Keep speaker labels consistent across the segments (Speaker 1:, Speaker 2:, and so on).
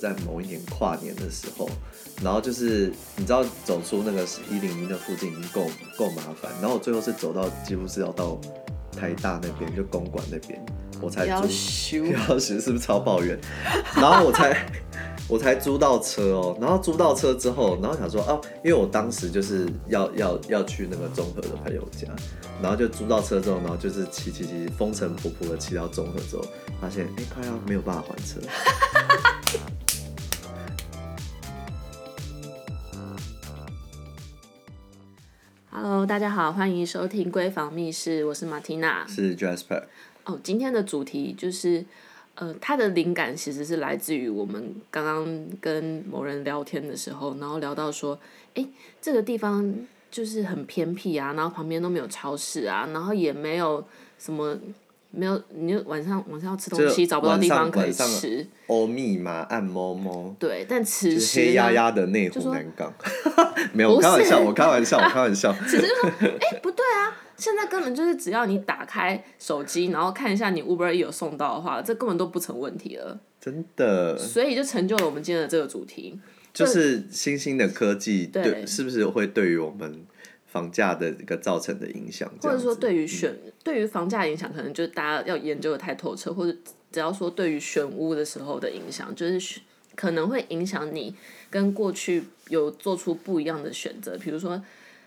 Speaker 1: 在某一年跨年的时候，然后就是你知道走出那个一零一那附近已经够够麻烦，然后我最后是走到几乎是要到台大那边，就公馆那边，我才
Speaker 2: 不要
Speaker 1: 租
Speaker 2: 羞，
Speaker 1: 要是是不是超抱怨？然后我才我才租到车哦，然后租到车之后，然后想说哦，因为我当时就是要要要去那个中和的朋友家，然后就租到车之后，然后就是骑骑骑风尘仆仆的骑到中和之后，发现哎、快要没有办法还车。
Speaker 2: Hello，大家好，欢迎收听《闺房密室》，我是马缇娜。
Speaker 1: 是 Jasper，
Speaker 2: 哦，今天的主题就是，呃，它的灵感其实是来自于我们刚刚跟某人聊天的时候，然后聊到说，哎、这个地方就是很偏僻啊，然后旁边都没有超市啊，然后也没有什么，没有，你就晚上晚上要吃东西
Speaker 1: 就
Speaker 2: 找不到地方可以
Speaker 1: 晚上晚啊上
Speaker 2: 吃，
Speaker 1: 欧密嘛，按摩摩，
Speaker 2: 对，但此
Speaker 1: 就是
Speaker 2: 时
Speaker 1: 黑压
Speaker 2: 呢
Speaker 1: 压的内
Speaker 2: 就
Speaker 1: 湖
Speaker 2: 说
Speaker 1: 南港。 没有，我
Speaker 2: 不是
Speaker 1: 开玩笑，我开玩笑，我开玩笑。
Speaker 2: 只是就说，哎、不对啊，现在根本就是只要你打开手机，然后看一下你 Uber E 有送到的话，这根本都不成问题了。
Speaker 1: 真的，
Speaker 2: 所以就成就了我们今天的这个主题。
Speaker 1: 就是新兴的科技
Speaker 2: 对
Speaker 1: 对是不是会对于我们房价的一个造成的影响？
Speaker 2: 或者说，
Speaker 1: 这样子嗯
Speaker 2: 对于选、对于房价的影响，可能就是大家要研究的太透彻，或者只要说对于选屋的时候的影响，就是选可能会影响你跟过去有做出不一样的选择。比如说，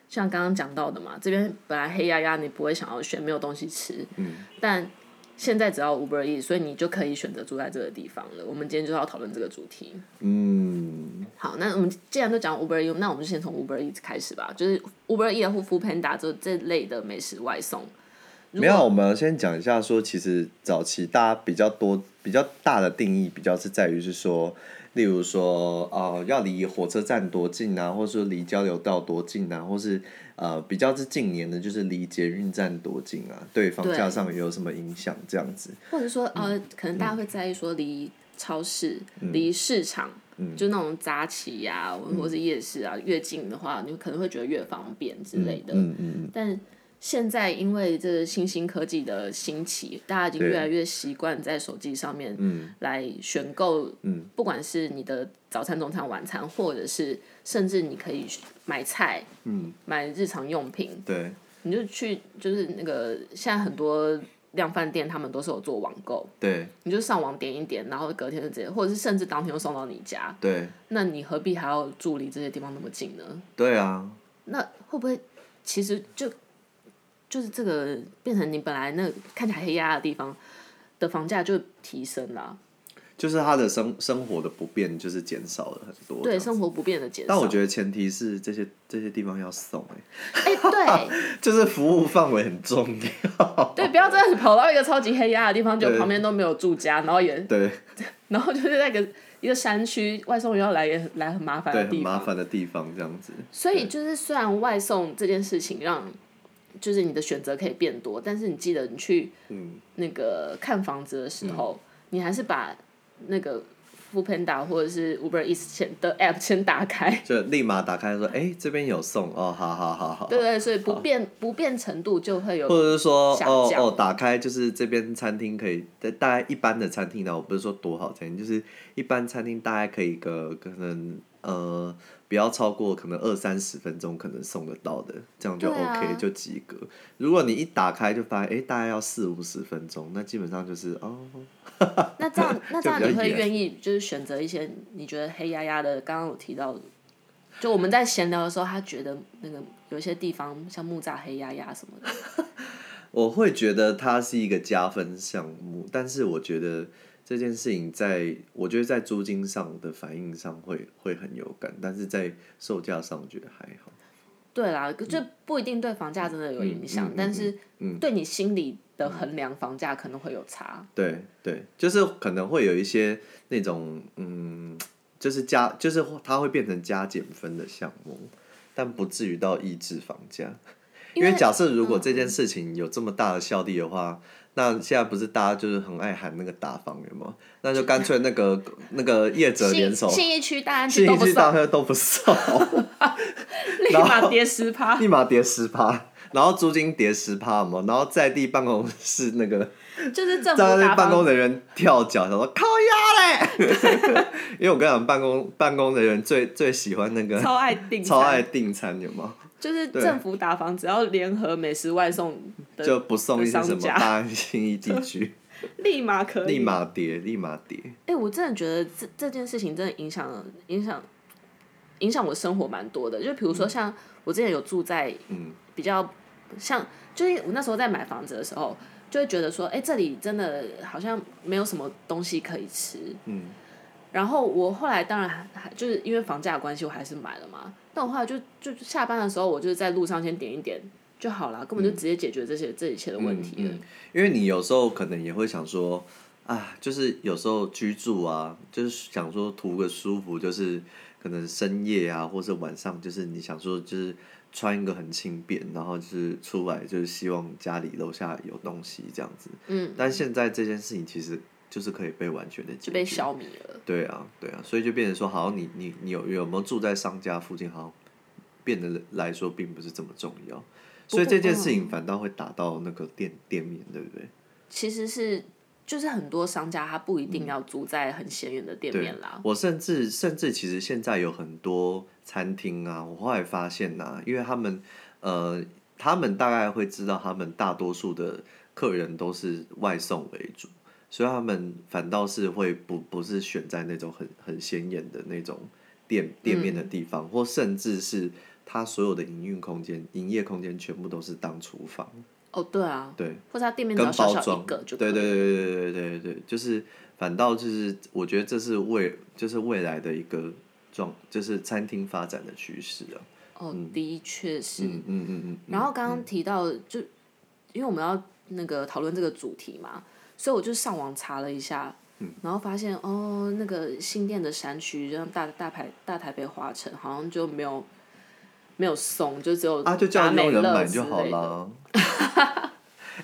Speaker 2: 像刚刚讲到的嘛，这边本来黑压压，你不会想要选，没有东西吃，
Speaker 1: 嗯
Speaker 2: 但现在只要 Uber E，所以你就可以选择住在这个地方了。我们今天就是要讨论这个主题。
Speaker 1: 嗯，
Speaker 2: 好，那我们既然都讲 Uber E，那我们就先从 Uber E 开始吧，就是 Uber E 或 Food Panda 这这类的美食外送。如
Speaker 1: 没有，
Speaker 2: 果
Speaker 1: 我们先讲一下说，其实早期大家比较多、比较大的定义，比较是在于是说，例如说，呃，要离火车站多近啊，或者说离交流道多近啊，或是呃，比较是近年的，就是离捷运站多近啊，对房价
Speaker 2: 对
Speaker 1: 上有什么影响这样子。
Speaker 2: 或者说
Speaker 1: 嗯
Speaker 2: 呃，可能大家会在意说离超市、离市场，
Speaker 1: 嗯
Speaker 2: 就那种杂起呀、或者是夜市啊，越近的话，你可能会觉得越方便之类的。
Speaker 1: 嗯嗯嗯，
Speaker 2: 但现在因为这个新兴科技的兴起，大家已经
Speaker 1: 对
Speaker 2: 越来越习惯在手机上面
Speaker 1: 嗯
Speaker 2: 来选购，
Speaker 1: 嗯
Speaker 2: 不管是你的早餐、中餐、晚餐，或者是甚至你可以买菜、
Speaker 1: 嗯，
Speaker 2: 买日常用品，
Speaker 1: 对，
Speaker 2: 你就去就是那个现在很多量贩店他们都是有做网购，
Speaker 1: 对，
Speaker 2: 你就上网点一点，然后隔天就直接，或者是甚至当天就送到你家，
Speaker 1: 对，
Speaker 2: 那你何必还要住离这些地方那么近呢？
Speaker 1: 对啊，
Speaker 2: 那会不会其实就就是这个变成你本来那看起来黑压压的地方的房价就提升了啊、
Speaker 1: 就是他的生生活的不便就是减少了很多。
Speaker 2: 对，生活不便的减少。
Speaker 1: 但我觉
Speaker 2: 得，
Speaker 1: 得前提是这些这些地方要送、欸，
Speaker 2: 哎、 对
Speaker 1: 就是服务范围很重欸要。
Speaker 2: 对，不要真的跑到一个超级黑压压的地方，就
Speaker 1: 对
Speaker 2: 旁边都没有住家，然后也
Speaker 1: 对
Speaker 2: 然后就是那个一个山区，外送员要来也很来很麻烦
Speaker 1: 对，
Speaker 2: 的
Speaker 1: 很
Speaker 2: 地
Speaker 1: 麻
Speaker 2: 方。
Speaker 1: 烦的地方这样子。
Speaker 2: 所以就是虽然外送这件事情让就是你的选择可以变多，但是你记得你去
Speaker 1: 嗯，
Speaker 2: 那个看房子的时候，你还是把那个 f o o Panda 或者是 Uber Eats 先的 App 先 打开。
Speaker 1: 就立马打开说，哎、这边有送哦，好好好好。
Speaker 2: 对对，对所以不变不变程度就会有
Speaker 1: 或者是说，
Speaker 2: 下
Speaker 1: 哦
Speaker 2: 降
Speaker 1: 哦，打开就是这边餐厅可以，大大概一般的餐厅呢，我不是说多好餐厅，就是一般餐厅大概可以个可能呃不要超过可能二三十分钟可能送得到的，这样就
Speaker 2: 对
Speaker 1: OK、
Speaker 2: 啊
Speaker 1: 就及格。如果你一打开就发现，哎、大概要四五十分钟，那基本上就是哦，
Speaker 2: 那这 样那这样
Speaker 1: 就比
Speaker 2: 你
Speaker 1: 较
Speaker 2: 会
Speaker 1: 严
Speaker 2: 愿意就是选择一些你觉得黑压压的？刚刚有提到，就我们在闲聊的时候，他觉得那个有一些地方像木栅黑压压什么的，
Speaker 1: 我会觉得它是一个加分项目，但是我觉得这件事情在，我觉得在租金上的反应上会会很有感，但是在售价上我觉得还好。
Speaker 2: 对啦，就不一定对房价真的有影
Speaker 1: 嗯
Speaker 2: 响，
Speaker 1: 嗯嗯嗯
Speaker 2: 但是对你心里的衡量房价可能会有差。
Speaker 1: 对对，就是可能会有一些那种嗯，就是加，就是它会变成加减分的项目，但不至于到抑制房价。因为嗯假设如果这件事情有这么大的效力的话，那现在不是大家就是很爱喊那个打房源吗？那就干脆那 个那个业者联
Speaker 2: 信
Speaker 1: 手，
Speaker 2: 信义区、大安区
Speaker 1: 信
Speaker 2: 都
Speaker 1: 义
Speaker 2: 不
Speaker 1: 区大
Speaker 2: 送，
Speaker 1: 家都不送，
Speaker 2: 立马跌十趴。
Speaker 1: 立马跌十趴，然后租金跌十趴嘛，然后在地办公室那个
Speaker 2: 就是政
Speaker 1: 站
Speaker 2: 府
Speaker 1: 在
Speaker 2: 打
Speaker 1: 那办
Speaker 2: 房
Speaker 1: 公的人跳脚，想说靠腰嘞， 因为我跟你讲，办公办公的人最最喜欢那个
Speaker 2: 超爱订，
Speaker 1: 超爱，订餐，有吗？
Speaker 2: 就是
Speaker 1: 对
Speaker 2: 政府打房，只要联合美食外送的，
Speaker 1: 就不送一些什
Speaker 2: 商
Speaker 1: 么
Speaker 2: 家
Speaker 1: 大安新义地 区，
Speaker 2: 立马可以。
Speaker 1: 立马跌，立马跌。
Speaker 2: 哎、我真的觉得这这件事情真的影响了影响影响我生活蛮多的。就比如说像我之前有住在
Speaker 1: 嗯
Speaker 2: 比较像，就是我那时候在买房子的时候，就会觉得说，哎、这里真的好像没有什么东西可以吃。
Speaker 1: 嗯，
Speaker 2: 然后我后来当然还还就是因为房价的关系，我还是买了嘛。但我后来就就就下班的时候，我就是在路上先点一点就好了，根本就直接解决这些、这一切的问题了。
Speaker 1: 嗯嗯嗯因为你有时候可能也会想说，啊，就是有时候居住啊，就是想说图个舒服，就是可能深夜啊，或是晚上，就是你想说就是穿一个很轻便，然后就是出来就是希望家里楼下有东西这样子。
Speaker 2: 嗯，
Speaker 1: 但现在这件事情其实就是可以被完全的
Speaker 2: 就被
Speaker 1: 解决。
Speaker 2: 消弭了。
Speaker 1: 对啊，对啊，所以就变成说，好像你你你有有没有住在商家附近，好像变得来说并不是这么重要。
Speaker 2: 不
Speaker 1: 所以这件
Speaker 2: 不
Speaker 1: 事情反倒会打到那个店店面，对不对？
Speaker 2: 其实是就是很多商家他不一定要租在很显眼的
Speaker 1: 嗯
Speaker 2: 店
Speaker 1: 对
Speaker 2: 面啦，，
Speaker 1: 我甚至甚至其实现在有很多餐厅啊，我后来发现呐、因为他们呃，他们大概会知道，他们大多数的客人都是外送为主，所以他们反倒是会不不是选在那种很很显眼的那种店店面的地方，或甚至是他所有的营运空间、营业空间全部都是当厨房，
Speaker 2: 哦，对啊，
Speaker 1: 对。
Speaker 2: 或者他店面只
Speaker 1: 跟
Speaker 2: 要小
Speaker 1: 包
Speaker 2: 小
Speaker 1: 装
Speaker 2: 一个就可以
Speaker 1: 对对对对对对对对，就是反倒就是我觉得这是未就是未来的一个状，就是餐厅发展的趋势啊。
Speaker 2: 哦，的确是。
Speaker 1: 嗯嗯嗯嗯。
Speaker 2: 然后刚刚提到，就因为我们要那个讨论这个主题嘛，所以我就上网查了一下，
Speaker 1: 嗯
Speaker 2: 然后发现哦，那个新店的山区，像大大台大台北华城，好像就没有没有送，就只有
Speaker 1: 啊，就叫
Speaker 2: 达美
Speaker 1: 佣人
Speaker 2: 乐
Speaker 1: 买
Speaker 2: 之
Speaker 1: 就好
Speaker 2: 类的。
Speaker 1: 啦。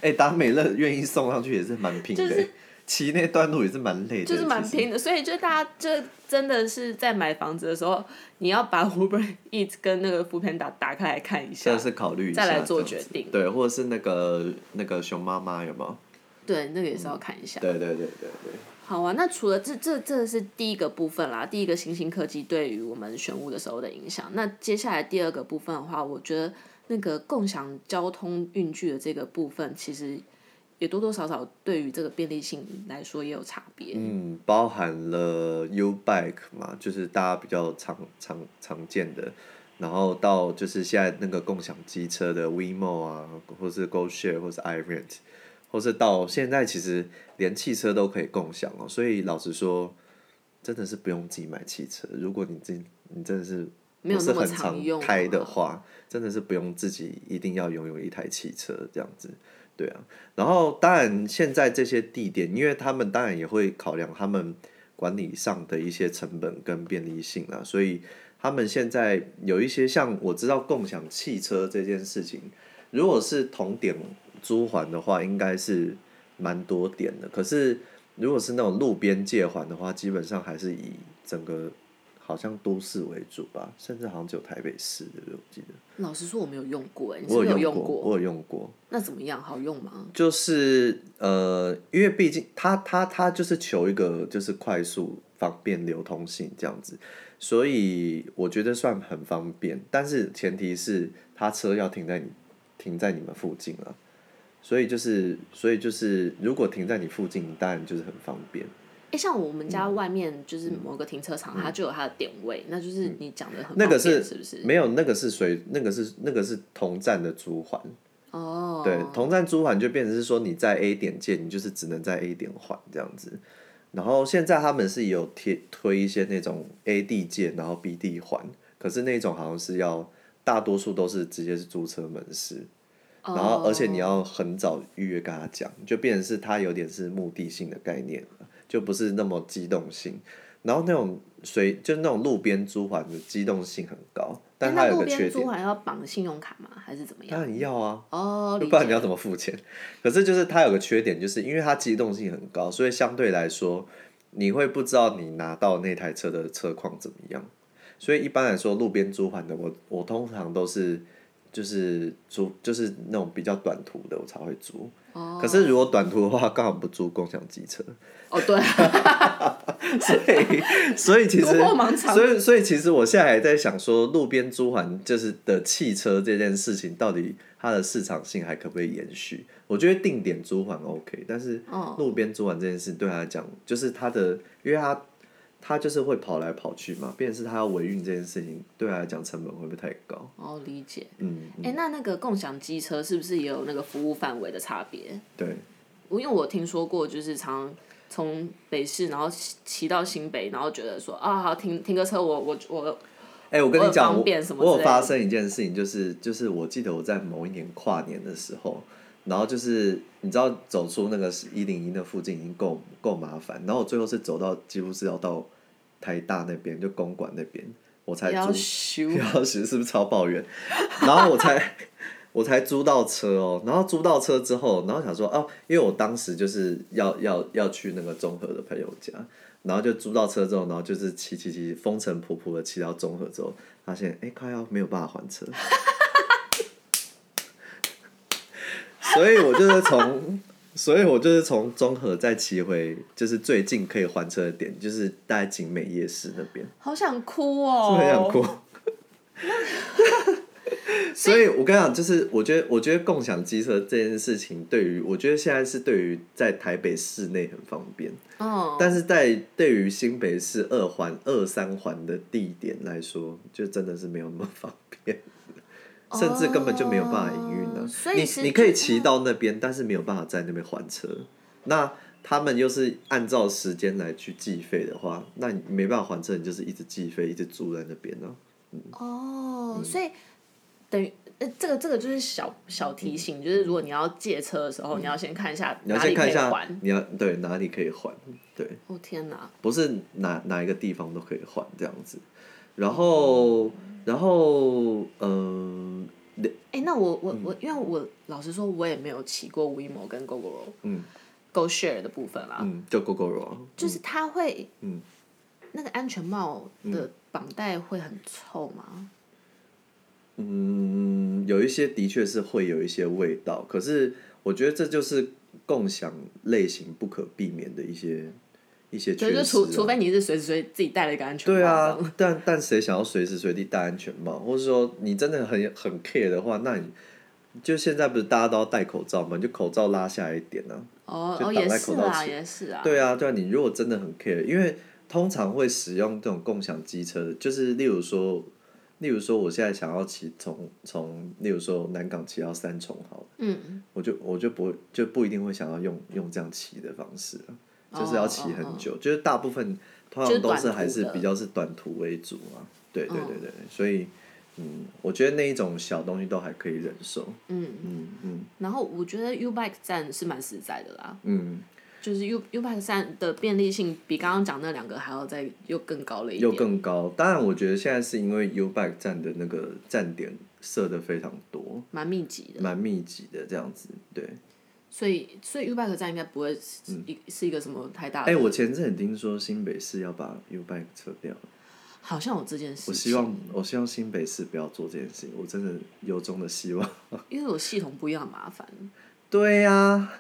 Speaker 1: 哎、达美乐愿意送上去也是蛮拼的、骑那段路也是蛮累的，
Speaker 2: 就是蛮
Speaker 1: 其实。
Speaker 2: 拼的，所啊以就大家就真的是在买房子的时候，你要把 Uber Eats 跟那个 f o o p a n d a 打开来看一
Speaker 1: 现
Speaker 2: 下
Speaker 1: 在，是考虑一下
Speaker 2: 再来做
Speaker 1: 这样子
Speaker 2: 决定
Speaker 1: 对，或者是那个那个熊妈妈有没有？
Speaker 2: 对，那个也是要看一下。
Speaker 1: 嗯对对对对对。
Speaker 2: 好啊，那除了这这这是第一个部分啦，第一个新兴科技对于我们选物的时候的影响。那接下来第二个部分的话，我觉得那个共享交通运具的这个部分，其实也多多少少对于这个便利性来说也有差别。
Speaker 1: 嗯，包含了 U Bike 嘛，就是大家比较常常常见的，然后到就是现在那个共享机车的 WeMo 啊，或是 GoShare 或是 iRent，或是到现在其实连汽车都可以共享哦，所以老实说，真的是不用自己买汽车，如果你自己你真的是
Speaker 2: 没有
Speaker 1: 不
Speaker 2: 那
Speaker 1: 是
Speaker 2: 么
Speaker 1: 很
Speaker 2: 常用
Speaker 1: 开的
Speaker 2: 啊
Speaker 1: 话，真的是不用自己一定要拥有一台汽车这样子，对啊。然后当然现在这些地点，因为他们当然也会考量他们管理上的一些成本跟便利性啊，所以他们现在有一些像我知道共享汽车这件事情，如果是同点租还的话，应该是蛮多点的，可是。如果是那种路边借还的话，基本上还是以整个好像都市为主吧，甚至好像只有台北市，对不对？我记得
Speaker 2: 老实说，我没有用过、哎，你是不
Speaker 1: 我
Speaker 2: 是有
Speaker 1: 用
Speaker 2: 过？
Speaker 1: 我有用过，
Speaker 2: 那怎么样？好用吗？
Speaker 1: 就是呃，因为毕竟它它它就是求一个就是快速方便流通性这样子，所以我觉得算很方便，但是前提是它车要停在你停在你们附近啊，所以就是所以就是如果停在你附近，当然就是很方便。
Speaker 2: 哎、像我们
Speaker 1: 嗯
Speaker 2: 家外面就是某个停车场，它就有它的点位，那就是你讲的很
Speaker 1: 嗯那个
Speaker 2: 方
Speaker 1: 是
Speaker 2: 便是不是？
Speaker 1: 没有，那个是随那个是那个是同站的租还，
Speaker 2: 哦，
Speaker 1: 对，同站租还就变成是说你在 A 点借，你就是只能在 A 点还这样子。然后现在他们是有贴推一些那种 A 地借，然后 B 地还，可是那种好像是要大多数都是直接是租车门市，
Speaker 2: 哦
Speaker 1: 然后而且你要很早预约跟他讲，就变成是他有点是目的性的概念了，就不是那么机动性。然后那种随就是那种路边租还的机动性很高，但
Speaker 2: 那
Speaker 1: 它有
Speaker 2: 路
Speaker 1: 个
Speaker 2: 边
Speaker 1: 缺
Speaker 2: 租
Speaker 1: 点，
Speaker 2: 还要绑信用卡吗？还是怎么 样？
Speaker 1: 当然要啊，
Speaker 2: 哦，理
Speaker 1: 不然你
Speaker 2: 解。
Speaker 1: 要怎么付钱？可是就是它有个缺点，就是因为它机动性很高，所以相对来说，你会不知道你拿到那台车的车况怎么样。所以一般来说，路边租还的，我我通常都是就是租就是那种比较短途的我才会租。
Speaker 2: 哦
Speaker 1: 可是如果短途的话，刚好不租共享机车，
Speaker 2: 哦，对啊，
Speaker 1: 所以所以其实
Speaker 2: 突破盲肠
Speaker 1: 所以所以其实我现在还在想说，路边租还就是的汽车这件事情，到底它的市场性还可不可以延续？我觉得定点租还 OK，但是
Speaker 2: 哦
Speaker 1: 路边租还这件事对他来讲，就是他的，因为他他就是会跑来跑去嘛，便是他要维运这件事情，对他来讲成本会不会太高？
Speaker 2: 哦，理解。
Speaker 1: 嗯，
Speaker 2: 哎、那那个共享机车是不是也有那个服务范围的差别？
Speaker 1: 对，
Speaker 2: 我因为我听说过，就是常从北市然后骑骑到新北，然后觉得说啊，好停停个车我，我我
Speaker 1: 哎、我跟你
Speaker 2: 我
Speaker 1: 讲，
Speaker 2: 很
Speaker 1: 我
Speaker 2: 方便什么
Speaker 1: 我
Speaker 2: 之
Speaker 1: 有
Speaker 2: 类的
Speaker 1: 发生一件事情，就是就是我记得我在某一年跨年的时候，然后就是你知道走出那个一零一那附近已经够够麻烦，然后我最后是走到几乎是要到台大那边，就公馆那边，我才
Speaker 2: 也要
Speaker 1: 租
Speaker 2: 修
Speaker 1: 一个小时是不是超抱怨？然后我才我才租到车哦，然后租到车之后，然后想说哦，因为我当时就是要要要去那个中和的朋友家，然后就租到车之后，然后就是骑骑骑风尘仆仆的骑到中和之后，发现哎快要没有办法还车，所以我就是从。所以我就是从中和再骑回，就是最近可以还车的点，就是大概景美夜市那边。
Speaker 2: 好想哭哦，
Speaker 1: 是很想哭。 所以，我跟你讲，就是我觉得，我觉得共享机车这件事情，对于我觉得现在是对于在台北市内很方便，
Speaker 2: 哦，
Speaker 1: 但是在对于新北市二环、二三环的地点来说，就真的是没有那么方 便，甚至根本就没有办法营运了
Speaker 2: 哦。所以是
Speaker 1: 你你可以骑到那边，但是没有办法在那边还车。那他们又是按照时间来去计费的话，那你没办法还车，你就是一直计费，一直住在那边啊呢、
Speaker 2: 哦，
Speaker 1: 嗯
Speaker 2: 所以等于。呃，这个这个就是小小提醒，就是如果你要借车的时候，你要先看一下
Speaker 1: 嗯你要
Speaker 2: 哪
Speaker 1: 先
Speaker 2: 里
Speaker 1: 看
Speaker 2: 可
Speaker 1: 一
Speaker 2: 以
Speaker 1: 下
Speaker 2: 还。，
Speaker 1: 你要对哪里可以还，对，
Speaker 2: 哦天哪，
Speaker 1: 不是哪哪一个地方都可以还这样子。然后，然后，嗯、
Speaker 2: 哎、那我我我，因为我老实说，我也没有骑过 WeMo 跟 GoGoRo
Speaker 1: 嗯
Speaker 2: Go Share 的部分啦，
Speaker 1: 嗯，就 g o g o r o
Speaker 2: 就是它会，
Speaker 1: 嗯
Speaker 2: 那个安全帽的绑带会很臭吗？
Speaker 1: 嗯，有一些的确是会有一些味道，可是我觉得这就是共享类型不可避免的一些一些缺失、
Speaker 2: 对，就
Speaker 1: 啊。
Speaker 2: 除除非你是随时随地自己戴了一个安全帽，
Speaker 1: 对
Speaker 2: 这
Speaker 1: 啊
Speaker 2: 样，
Speaker 1: 但但谁想要随时随地戴安全帽，或者说你真的很很 care 的话，那你就现在不是大家都要戴口罩嘛，你就口罩拉下来一点啊。
Speaker 2: 哦
Speaker 1: 就挡
Speaker 2: 哦也
Speaker 1: 在
Speaker 2: 是
Speaker 1: 口袋
Speaker 2: 啦，
Speaker 1: 前
Speaker 2: 也是啊，
Speaker 1: 对啊，对啊，你如果真的很 care，因为通常会使用这种共享机车，就是例如说，例如说我现在想要骑从从，例如说南港骑到三重好了，
Speaker 2: 嗯，
Speaker 1: 我就我就不就不一定会想要用用这样骑的方式啊就是要骑很久，就是大部分通
Speaker 2: 哦就
Speaker 1: 常
Speaker 2: 是
Speaker 1: 都
Speaker 2: 短
Speaker 1: 是还
Speaker 2: 途
Speaker 1: 是
Speaker 2: 的
Speaker 1: 比较是短途为主啊，对对
Speaker 2: 哦
Speaker 1: 对对，所以嗯，我觉得那一种小东西都还可以忍受，
Speaker 2: 嗯。
Speaker 1: 嗯嗯
Speaker 2: 然后我觉得 U Bike 站是蛮实在的啦，
Speaker 1: 嗯，
Speaker 2: 就是 U U Bike 站的便利性比刚刚讲那两个还要再又更高了一
Speaker 1: 又
Speaker 2: 点，
Speaker 1: 更高。当然，我觉得现在是因为 U Bike 站的那个站点设的非常多，
Speaker 2: 蛮密集的。
Speaker 1: 蛮密集的这样子。对，
Speaker 2: 所以所以 U Bike 站应该不会是
Speaker 1: 嗯
Speaker 2: 一、是一个什么太大的。
Speaker 1: 哎、我前阵听说新北市要把 U Bike 撤掉，
Speaker 2: 好像有这件事情。
Speaker 1: 我希望我希望新北市不要做这件事情，我真的由衷的希 望。
Speaker 2: 因为我系统不一样麻烦，
Speaker 1: 对呀、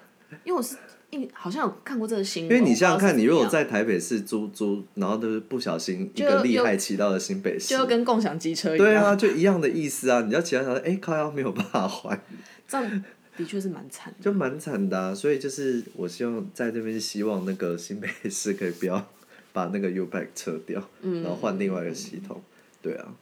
Speaker 2: 因为我是因好像有看过这个新
Speaker 1: 因
Speaker 2: 闻。
Speaker 1: 为你想想看，你如果
Speaker 2: 我不知道
Speaker 1: 在台北市租租，然后都是不小心一
Speaker 2: 就
Speaker 1: 个厉
Speaker 2: 又
Speaker 1: 害骑到了新北
Speaker 2: 是
Speaker 1: 市
Speaker 2: 怎么样就。跟共享机车一样，
Speaker 1: 对啊，就一样的意思啊！你要骑到想说，哎、靠腰没有办法还，
Speaker 2: 这样的确是蛮惨的。
Speaker 1: 就蛮惨的、啊，所以就是我希望在这边希望那个新北市可以不要 把那个 U Bike 撤掉，
Speaker 2: 嗯
Speaker 1: 然后换另外一个系统，对啊，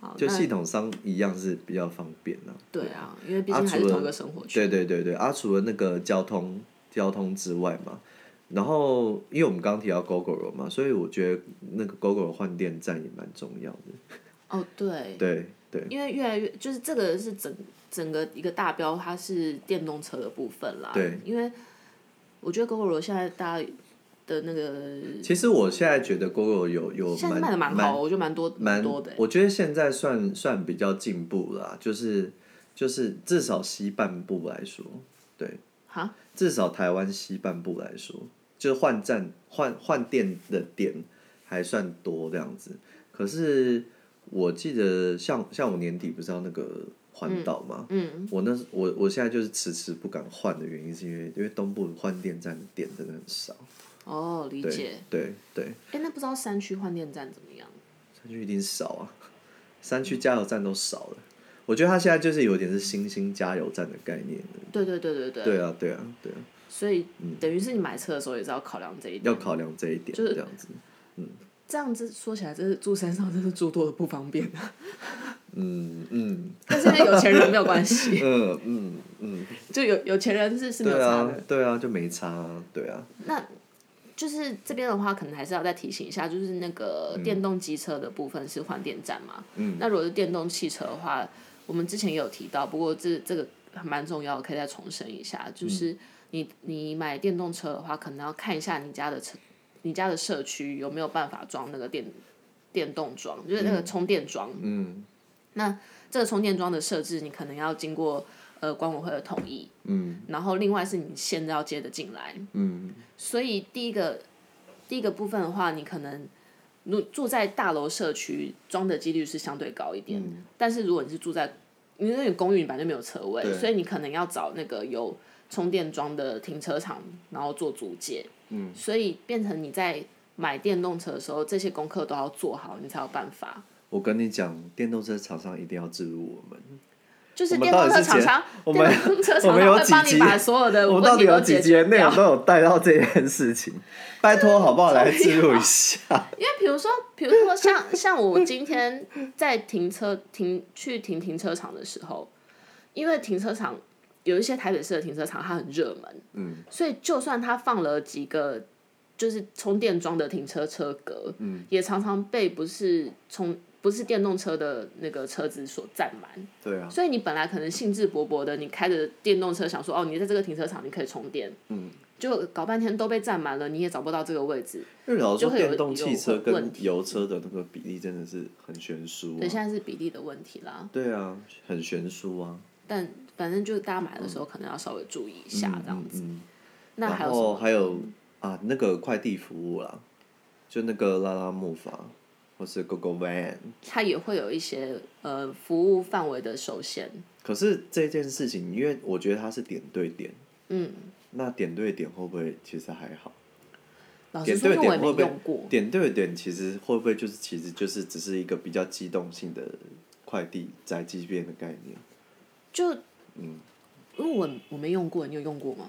Speaker 2: 好，
Speaker 1: 就
Speaker 2: 那
Speaker 1: 系统商一样是比较方便啊。
Speaker 2: 对啊，因为毕
Speaker 1: 啊
Speaker 2: 竟还是
Speaker 1: 除了
Speaker 2: 同一个生活圈。
Speaker 1: 对对对对，啊，除了那个交通交通之外嘛，然后因为我们刚刚提到 GoGo 嘛，所以我觉得那个 GoGo 换电站也蛮重要的，
Speaker 2: 哦，对，
Speaker 1: 对对，
Speaker 2: 因为越来越就是这个是整整个一个大标，它是电动车的部分啦。
Speaker 1: 对，
Speaker 2: 因为我觉得 GoGo 现在大家的那个
Speaker 1: 其实我现在觉得 GoGo 有有
Speaker 2: 嗯现在卖的蛮好，我觉得蛮多
Speaker 1: 蛮
Speaker 2: 多的欸。
Speaker 1: 我觉得现在算算比较进步啦、就是就是至少西半部来说，对，
Speaker 2: 哈，
Speaker 1: 至少台湾西半部来说，就是换站换换电的点还算多这样子。可是我记得像像我年底不是要那个环岛嘛，
Speaker 2: 嗯，
Speaker 1: 我那时我我现在就是迟迟不敢换的原因，是因为因为东部换电站点真的很少，
Speaker 2: 哦，理
Speaker 1: 对
Speaker 2: 解。
Speaker 1: 对对，
Speaker 2: 哎，那不知道山区换电站怎么样？
Speaker 1: 山区一定少啊， 山区加油站都少了。我觉得它现在就是有点是新兴加油站的概念了。
Speaker 2: 对对对对对。
Speaker 1: 对啊，对啊，对啊，
Speaker 2: 所以等于是你买车的时候也是要考量这一点。
Speaker 1: 要考量这一点，
Speaker 2: 就是
Speaker 1: 这样子。
Speaker 2: 这样子说起来，真是住山上真是诸多的不方便。
Speaker 1: 嗯嗯
Speaker 2: 但是有钱人没有关系，
Speaker 1: 嗯嗯嗯，
Speaker 2: 就有有钱人是是没有
Speaker 1: 对
Speaker 2: 差的。
Speaker 1: 啊，对啊，就没差啊，对啊，
Speaker 2: 那就是这边的话，可能还是要再提醒一下，就是那个
Speaker 1: 嗯
Speaker 2: 电动机车的部分是换电站嘛。嗯。那如果是电动汽车的话，我们之前也有提到，不过这这个蛮重要的，可以再重申一下，
Speaker 1: 嗯
Speaker 2: 就是你你买电动车的话，可能要看一下你家的车，你家的社区有没有办法装那个电电动桩，就是那个充电桩。
Speaker 1: 嗯
Speaker 2: 那这个充电桩的设置，你可能要经过呃管委会的同意，
Speaker 1: 嗯
Speaker 2: 然后另外是你现在要接的进来。
Speaker 1: 嗯
Speaker 2: 所以第一个第一个部分的话，你可能如住在大楼社区，装的几率是相对高一点。
Speaker 1: 嗯
Speaker 2: 但是如果你是住在你那种公寓，你本来就没有车位，
Speaker 1: 对
Speaker 2: 所以你可能要找那个有充电桩的停车场，然后做租借。嗯，所以变成你在买电动车的时候，这些功课都要做好，你才有办法。
Speaker 1: 我跟你讲，电动车厂商一定要置入我们。
Speaker 2: 就是
Speaker 1: 我们
Speaker 2: 电
Speaker 1: 到
Speaker 2: 动
Speaker 1: 底
Speaker 2: 车
Speaker 1: 是
Speaker 2: 厂
Speaker 1: 节
Speaker 2: 商，
Speaker 1: 我
Speaker 2: 电
Speaker 1: 们
Speaker 2: 动车
Speaker 1: 我
Speaker 2: 厂
Speaker 1: 们
Speaker 2: 商
Speaker 1: 有
Speaker 2: 会
Speaker 1: 几
Speaker 2: 帮你
Speaker 1: 集
Speaker 2: 把所有的
Speaker 1: 我们
Speaker 2: 问
Speaker 1: 到
Speaker 2: 题
Speaker 1: 底有
Speaker 2: 都
Speaker 1: 几
Speaker 2: 解
Speaker 1: 集的
Speaker 2: 决
Speaker 1: 内
Speaker 2: 掉
Speaker 1: 容。都有带到这件事 情？拜托，好不好来置入一下？
Speaker 2: 因为比如说，比如说像像我今天在停车停去停停车场的时候，因为停车场有一些台北市的停车场它很热门，
Speaker 1: 嗯，
Speaker 2: 所以就算它放了几个就是充电桩的停车车格，嗯，也常常被不是充不是电动车的那个车子所占满。
Speaker 1: 对啊，
Speaker 2: 所以你本来可能兴致勃勃的，你开着电动车想说哦，你在这个停车场你可以充电，
Speaker 1: 嗯，
Speaker 2: 就搞半天都被占满了，你也找不到这个位置。
Speaker 1: 因为老实
Speaker 2: 就
Speaker 1: 说，
Speaker 2: 会有
Speaker 1: 电动汽车
Speaker 2: 有
Speaker 1: 跟
Speaker 2: 问题
Speaker 1: 油车的那个比例真的是很悬殊、
Speaker 2: 对，
Speaker 1: 啊。
Speaker 2: 现在是比例的问题啦。
Speaker 1: 对啊，很悬殊啊。
Speaker 2: 但反正就是大家买的时候可能要稍微注意一下这样子。
Speaker 1: 嗯嗯嗯
Speaker 2: 那还
Speaker 1: 然
Speaker 2: 有什
Speaker 1: 后
Speaker 2: 么？
Speaker 1: 还有啊，那个快递服务啦，就那个拉拉木筏或是 GoGo Van，
Speaker 2: 它也会有一些呃服务范围的受限。
Speaker 1: 可是这件事情，因为我觉得它是点对点，
Speaker 2: 嗯，
Speaker 1: 那点对点会不会其实还好？
Speaker 2: 老
Speaker 1: 点
Speaker 2: 实说，
Speaker 1: 对
Speaker 2: 因为我也
Speaker 1: 点
Speaker 2: 没
Speaker 1: 会不
Speaker 2: 用过
Speaker 1: 会。点对点其实会不会就是其实就是只是一个比较机动性的快递宅急便的概念？
Speaker 2: 就嗯，因为我我没用过，你有用过吗？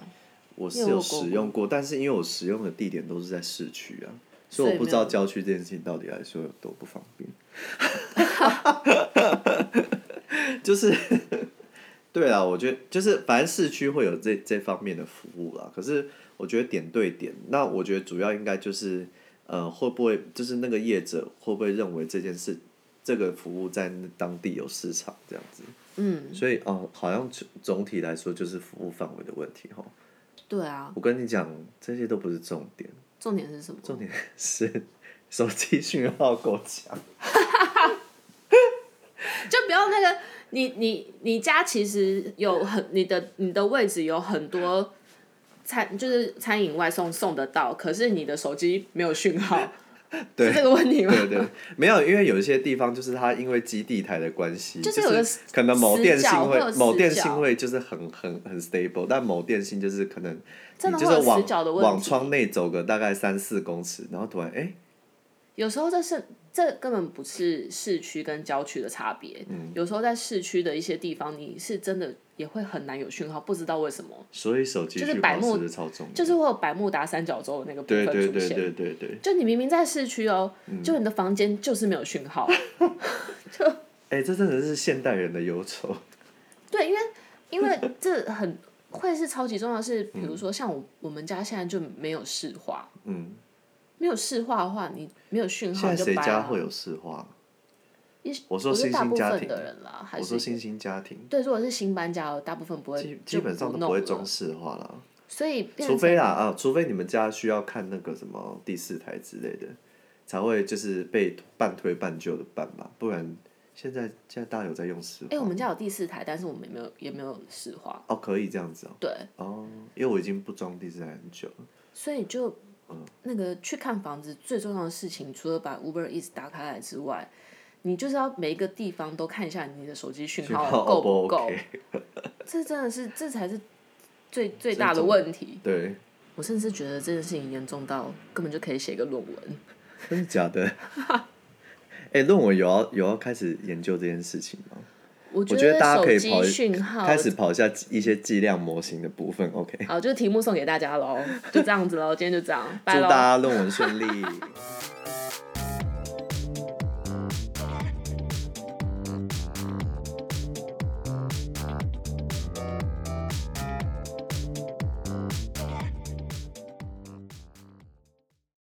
Speaker 1: 我是
Speaker 2: 你
Speaker 1: 有
Speaker 2: 有用过
Speaker 1: 使用过，但是因为我使用的地点都是在市区啊，
Speaker 2: 所
Speaker 1: 所
Speaker 2: 以
Speaker 1: 以我不知道
Speaker 2: 没有
Speaker 1: 郊区这件事情到底来说有多不方便。 就是，对啊，我觉得就是反正市区会有这这方面的服务啦。可是我觉得点对点，那我觉得主要应该就是呃，会不会就是那个业者会不会认为这件事这个服务在当地有市场这样子？
Speaker 2: 嗯，
Speaker 1: 所以哦、好像总总体来说就是服务范围的问题哈。
Speaker 2: 对啊。
Speaker 1: 我跟你讲，这些都不是重点，
Speaker 2: 重点是什么？
Speaker 1: 重点是手机讯号够强。
Speaker 2: 就不要那个你你你家其实有很你的你的位置有很多餐就是餐饮外送送得到，可是你的手机没有讯号，
Speaker 1: 对
Speaker 2: 是这个问题吗？
Speaker 1: 对对，没有，因为有一些地方就是它因为基地台的关系，
Speaker 2: 就
Speaker 1: 就是
Speaker 2: 有个
Speaker 1: 可能某电信
Speaker 2: 死角会有
Speaker 1: 会
Speaker 2: 死角
Speaker 1: 某电信会就是很很很 stable，但某电信就是可能
Speaker 2: 真
Speaker 1: 你
Speaker 2: 的
Speaker 1: 就
Speaker 2: 会有
Speaker 1: 是往
Speaker 2: 死角的问题
Speaker 1: 往窗内走个大概三四公尺，然后突然哎、
Speaker 2: 有时候这是这根本不是市区跟郊区的差别，
Speaker 1: 嗯
Speaker 2: 有时候在市区的一些地方，你是真的也会很难有讯号，不知道为什么，
Speaker 1: 所以手机
Speaker 2: 就是
Speaker 1: 讯
Speaker 2: 百
Speaker 1: 号
Speaker 2: 慕
Speaker 1: 是不是超重要？
Speaker 2: 就是会有百慕达三角洲的那个部
Speaker 1: 对
Speaker 2: 分出
Speaker 1: 对
Speaker 2: 现。
Speaker 1: 对对对对。嗯
Speaker 2: 就你明明在市区哦，就你的房间就是没有讯号。
Speaker 1: 哎、这真的是现代人的忧愁。
Speaker 2: 对，因为
Speaker 1: 嗯
Speaker 2: 因为这很会是超级重要的是，比如说像我我们家现在就没有市话，
Speaker 1: 嗯，
Speaker 2: 没有市话的话，你没有讯号
Speaker 1: 现在
Speaker 2: 你就
Speaker 1: 谁
Speaker 2: 掰
Speaker 1: 家
Speaker 2: 了。
Speaker 1: 会有市话？
Speaker 2: 一
Speaker 1: 我说
Speaker 2: 我觉得
Speaker 1: 新
Speaker 2: 大
Speaker 1: 兴
Speaker 2: 部
Speaker 1: 家
Speaker 2: 分
Speaker 1: 庭
Speaker 2: 的人啦，还
Speaker 1: 我
Speaker 2: 是
Speaker 1: 说新兴家庭。
Speaker 2: 对，如果是新搬家哦，大部分不会
Speaker 1: 基
Speaker 2: 就
Speaker 1: 基本上都
Speaker 2: 弄
Speaker 1: 不会
Speaker 2: 了
Speaker 1: 装饰化啦，
Speaker 2: 所以变
Speaker 1: 除
Speaker 2: 成
Speaker 1: 非啦啊，除非你们家需要看那个什么第四台之类的，才会就是被半推半就的办吧，不然现在现在大家有在用石
Speaker 2: 哎、
Speaker 1: 化
Speaker 2: 我们家有第四台，但是我们也没有也没有实话，
Speaker 1: 哦，可以这样子哦，
Speaker 2: 对，
Speaker 1: 哦，因为我已经不装第四台很久了，
Speaker 2: 所以就
Speaker 1: 嗯
Speaker 2: 那个去看房子最重要的事情，除了把 Uber Eats 打开来之外，你就是要每一个地方都看一下你的手机讯
Speaker 1: 讯
Speaker 2: 号
Speaker 1: 号
Speaker 2: 够
Speaker 1: O 哦不
Speaker 2: 够
Speaker 1: OK，
Speaker 2: 这真的是这才是最最大的问题。
Speaker 1: 对，
Speaker 2: 我甚至觉得这件事情严重到根本就可以写一个论文。
Speaker 1: 真的假的？ 哎、论文有要有要开始研究这件事情吗？
Speaker 2: 我
Speaker 1: 觉
Speaker 2: 觉
Speaker 1: 得大家可以
Speaker 2: 手
Speaker 1: 跑
Speaker 2: 机讯号
Speaker 1: 开始跑一下一些计量模型的部分，OK。
Speaker 2: 好，就是题目送给大家喽，就这样子喽，今天就这样，拜
Speaker 1: 祝
Speaker 2: 喽
Speaker 1: 大。家论文顺利。